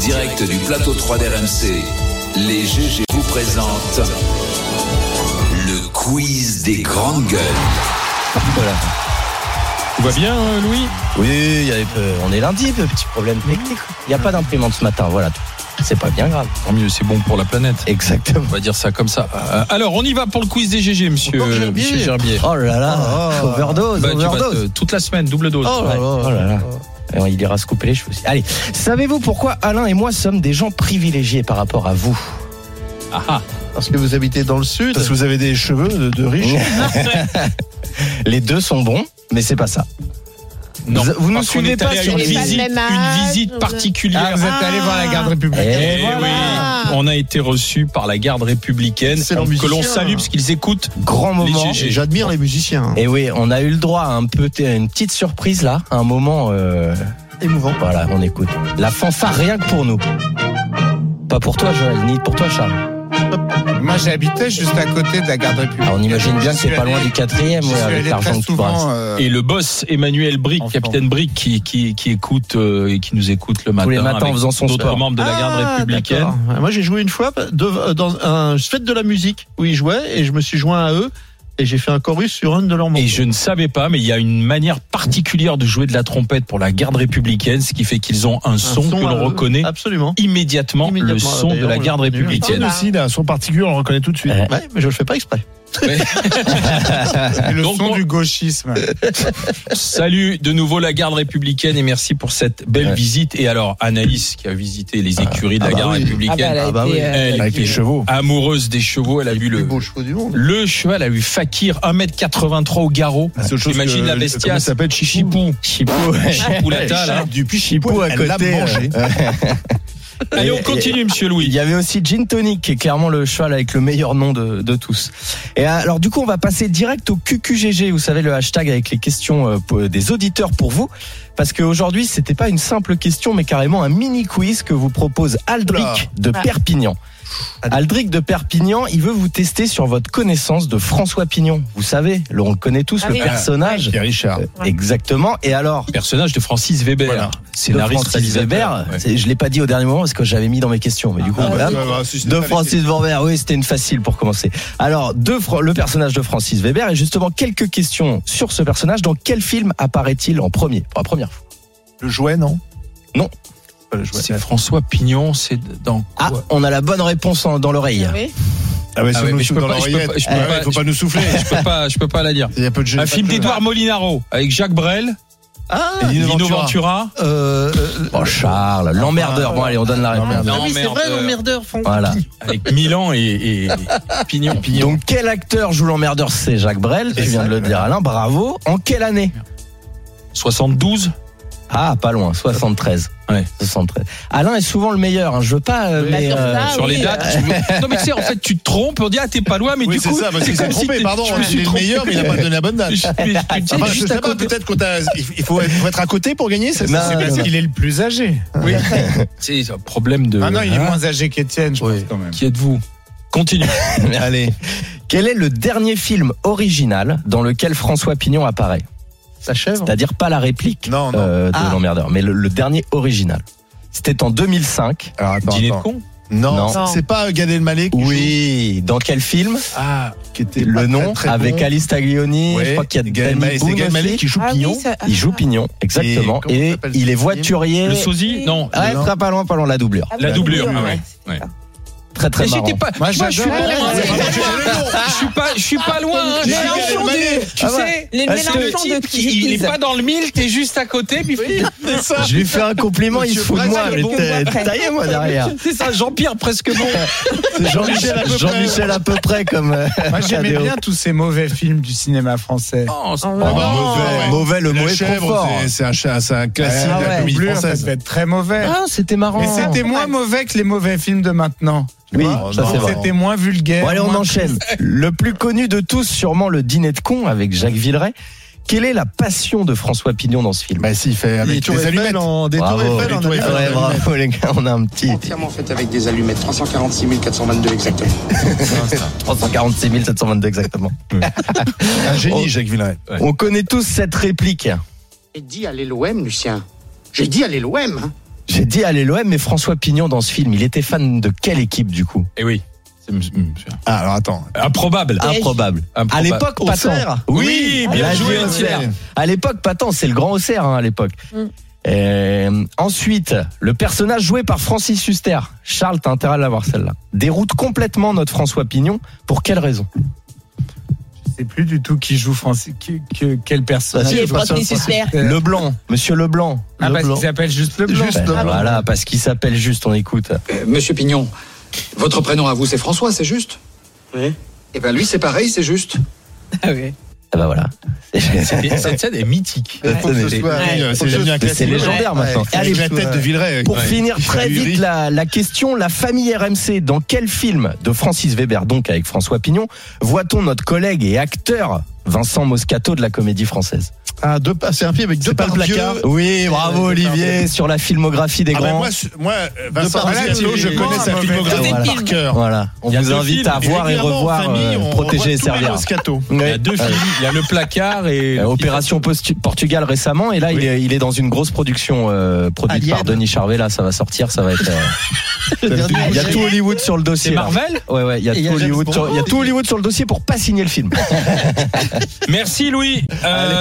direct du plateau 3 d'RMC, les GG vous présentent le quiz des grandes gueules. Voilà. Tout va bien, euh, Louis Oui, il y avait peu- on est lundi, peu- petit problème technique. Il n'y a pas d'imprimante ce matin, voilà. tout. C'est pas bien grave. Tant mieux, c'est bon pour la planète. Exactement. On va dire ça comme ça. Euh, alors, on y va pour le quiz des GG, monsieur, euh, Encore Gerbier. monsieur Gerbier. Oh là là, Oh. overdose, Bah, tu vas overdose. te- toute la semaine, double dose. Oh là là, oh là là. Et on- Il ira se couper les cheveux aussi. Allez, savez-vous pourquoi Alain et moi sommes des gens privilégiés par rapport à vous Ah, ah. Parce que vous habitez dans le sud. Parce que vous avez des cheveux de, de riche. Les deux sont bons, mais c'est pas ça. Non, Vous- vous nous parce qu'on suivez est pas allé à sur une les- visite, Pas le même une âge, visite Ah, vous- particulière. allé voir la garde républicaine. Eh Voilà. oui, on a été reçu par la garde républicaine, C'est leur que l'on musicien. salue parce qu'ils écoutent. Grand moment. GG. J'admire les musiciens. hein. Et oui, on a eu le droit à un peu, à une petite surprise là, à un moment. euh, Émouvant. Voilà, on écoute. La fanfare rien que pour nous. Pas pour toi Joël, ni pour toi Charles. Moi, j'habitais juste à côté de la garde républicaine. Alors, Ah, on imagine bien J'y que c'est suis pas loin allé- du quatrième, j'y ouais, suis avec allé l'argent très que tu brasses. souvent, euh, Et le boss Emmanuel Brick, Enfant. capitaine Brick, qui, qui, qui écoute euh, et qui nous écoute le matin. les matins en avec faisant son d'autres sport. membres de la garde Ah, républicaine. d'accord. Moi, j'ai joué une fois de- euh, dans un fête de la musique où ils jouaient et je me suis joint à eux et j'ai fait un chorus sur un de leurs morceaux. Et je ne savais pas, mais il y a une manière particulière de jouer de la trompette pour la garde républicaine, ce qui fait qu'ils ont un, Un son, que à l'on eux. reconnaît Absolument. immédiatement, le Immédiatement, son de d'ailleurs, la on garde l'a reconnu. républicaine. Tiens aussi, il a un son particulier, on le reconnaît tout de suite. Ouais. Ouais, mais je le fais pas exprès. et le Donc, son on- du gauchisme. Salut de nouveau la garde républicaine et merci pour cette belle Ouais. visite. Et alors, Anaïs, qui a visité les écuries de la ah bah garde oui. républicaine, Ah bah oui. elle Avec les était chevaux. amoureuse des chevaux, elle a vu Les le, beaux chevaux du monde. le cheval, elle a vu Fakir, 1m83 au garrot. La seule chose Imagine que- la comment bestia, il s'appelle Chipou. Chipou. Chipou, Chipou Latal, hein. Du Chipou à côté. euh, Allez, on continue, monsieur Louis. Il y avait aussi Gin Tonic, qui est clairement le cheval avec le meilleur nom de, de tous. Et euh, alors, du coup, on va passer direct au QQGG, vous savez, le hashtag avec les questions euh, pour- des auditeurs pour vous. Parce qu'aujourd'hui, c'était pas une simple question, mais carrément un mini quiz que vous propose Aldric de Ah. Perpignan. Aldric de Perpignan, il veut vous tester sur votre connaissance de François Pignon. Vous savez, le- on le connaît tous, Ah le oui. personnage. Pierre Richard. Euh, Exactement. Et alors, Personnage de Francis Weber, Voilà. scénariste de Francis Weber, réalisateur. Ouais. Ah, bah, c'est- je l'ai pas dit au dernier moment parce que j'avais mis dans mes questions, mais du coup, voilà. De Francis Weber, oui, c'était une facile pour commencer. Alors, de Fran- le personnage de Francis Weber et justement quelques questions sur ce personnage. Dans quel film apparaît-il en premier Pour la première fois. Le jouet, non Non. Pas le jouet. C'est François Pignon, c'est dans Ah, quoi on a la bonne réponse en- dans l'oreille. Oui. Ah ouais, si Ah ouais, on mais nous je souffle peux dans pas- je peux l'oreillette. pas- je peux Ah pas- ouais, Faut pas nous souffler. Je peux pas, je peux pas la dire. Il y a peu de jeu. Un film d'Edouard Molinaro avec Jacques Brel, Ah, Et Lino Lino Ventura. Ventura. euh, euh, Oh, Charles, l'emmerdeur. Bon, allez, on donne la réponse. ah oui, c'est vrai, merde. l'emmerdeur. Franck. Voilà. avec Milan et, et- et Pignon. Donc, quel acteur joue l'emmerdeur C'est Jacques Brel. Tu viens de le dire, Alain. Bravo. En quelle année 72 Ah, pas loin. 73. Ouais. 73. Alain est souvent le meilleur. hein. Je veux pas. euh, Bah, mais, sur euh, ça, sur oui, les dates. tu veux- Non mais tu sais, en fait, tu te trompes. On dit ah t'es pas loin, mais Oui, du c'est coup, ça, parce qu'il s'est comme si trompé. t'es- Pardon, hein, je me il suis est le trompé. meilleur, mais il a pas donné la bonne date. Je- mais- mais tu sais, Enfin, je juste à sais pas, côté. peut-être qu'il faut être faut être à côté pour gagner, c'est Non, ça C'est non, parce non. qu'il est le plus âgé. Oui. C'est un problème de. Ah non, il est Hein moins âgé qu'Étienne, je Oui. pense quand même. Qui êtes-vous Continue. Allez. Quel est le dernier film original dans lequel François Pignon apparaît Ça chèvre. C'est-à-dire pas la réplique Non, non. euh, de Ah. l'emmerdeur, mais le, le dernier original. C'était en 2005. Alors, attends, Dîner de attends. con. Non, Non. c'est euh, pas Gad Elmaleh qui joue, Oui, dans quel film Ah. qui était pas Le nom très, très avec bon. Alice Taglioni, Ouais, je crois qu'il y a Gad Danny Elmaleh, c'est Boone Gad aussi. Elmaleh qui joue Ah oui, Pignon. ça- Il joue Pignon, exactement. comment Et, s'appelle il ce est film voiturier. Le sosie Non. Ah, Non. très pas loin, pas loin, la doublure. Ah, La oui, doublure, oui, ah oui, ouais. c'est Ouais. ça. Très très Mais marrant. j'étais pas. Moi, Moi, je suis hein. j'adore. pas loin. Ouais, ouais. Je suis pas. Je suis pas loin. hein. Les Je suis Mélenchon également- Tu Ah sais, ouais. Les Parce que le Mélenchon de type, qui- bah. il Kiss. est pas dans le mille, t'es juste à côté. Puis Je lui fais un compliment, il se Monsieur fout de moi, Brassel, mais bon, t'es- après. taillez-moi Ah, derrière. c'est ça, Jean-Pierre presque bon. C'est Jean-Michel à peu près. Jean-Michel à peu près comme. euh, Moi, j'aimais Tadeo. bien tous ces mauvais films du cinéma français. Non, c'est- Oh, Ah non. bah, mauvais, Ouais. ouais. Mauvais, le mot La est trop chèvre, fort. c'est- c'est un, cha- c'est un classique Ah de ouais. la La comédie doublure, ça française. devait être très mauvais. Ah, c'était marrant. Mais c'était moins mauvais que les mauvais films de maintenant. Oui, Non, ça non, c'est vrai. C'était moins vulgaire. Bon, allez, on moins- enchaîne. Le plus connu de tous, sûrement le dîner de con avec Jacques Villeray. Quelle est la passion de François Pignon dans ce film Bah si, il fait Des avec tours des allumettes. Eiffel en des tours Bravo. Eiffel en Tours Ouais, Eiffel. allumettes. bravo les gars, on a un petit Entièrement faite avec des allumettes, 346 422 exactement. 346 722 exactement. Un Oh. génie, Jacques Villeray. On connaît tous cette réplique. J'ai dit à l'OM, Lucien. J'ai dit à l'OM. Hein. J'ai dit allez l'OM, mais François Pignon dans ce film, il était fan de quelle équipe du coup Eh oui. C'est- hum, Ah, alors attends. Improbable. Improbable. À Improbable. l'époque, Patent. Auxerre Oui, bien La joué, Juve Auxerre. Auxerre. À l'époque, Patent, c'est le grand Auxerre hein, à l'époque. Euh, ensuite, le personnage joué par Francis Huster. Charles, t'as intérêt à l'avoir celle-là. Déroute complètement notre François Pignon. Pour quelle raison Je sais plus du tout qui joue Francis, qui- que- quel personnage. Il est Francis Huster. Leblanc, Bah, Monsieur Leblanc. Ah, parce Leblanc. qu'il s'appelle juste le blanc. Ben, voilà, parce qu'il s'appelle juste, on écoute. Euh, Monsieur Pignon, votre prénom à vous, c'est François, c'est juste Oui. Eh bien, lui, c'est pareil, c'est juste. Ah bah voilà. Et Cette scène est mythique. Il faut que ce C'est- soit- Ouais. oui, euh, C'est devenu un C'est classique. légendaire Ouais. maintenant. Ouais. Avec Allez, la tête de Villeray. Pour Ouais. finir très Ahuri. vite la, la question, la famille RMC, dans quel film de Francis Weber, donc avec François Pignon, voit-on notre collègue et acteur Vincent Moscato de la comédie française Ah, deux pas- c'est un film avec deux C'est pas le Pardieu. placard. Oui, Euh, bravo Olivier, sur la filmographie des Ah ben, grands. moi, su- moi, euh, Vincent Depardieu, Moscato, je il est connais sa vraiment filmographie mauvais. par cœur. Voilà, on Il y a vous deux invite films, à voir et Régulièrement, en revoir famille, euh, on revoit Protéger et tous les servir. Moscato. Il y a deux films. Il y a le placard et. Euh, Opération Postu- Portugal récemment et là il, est, il est dans une grosse production euh, produite Alien. par Denis Charvet là ça va sortir ça va être euh, il y a tout Hollywood sur le dossier C'est là. Marvel ouais ouais il y a Et il y tout a James Hollywood sur, il y a tout Hollywood sur le dossier pour pas signer le film Merci Louis. Euh,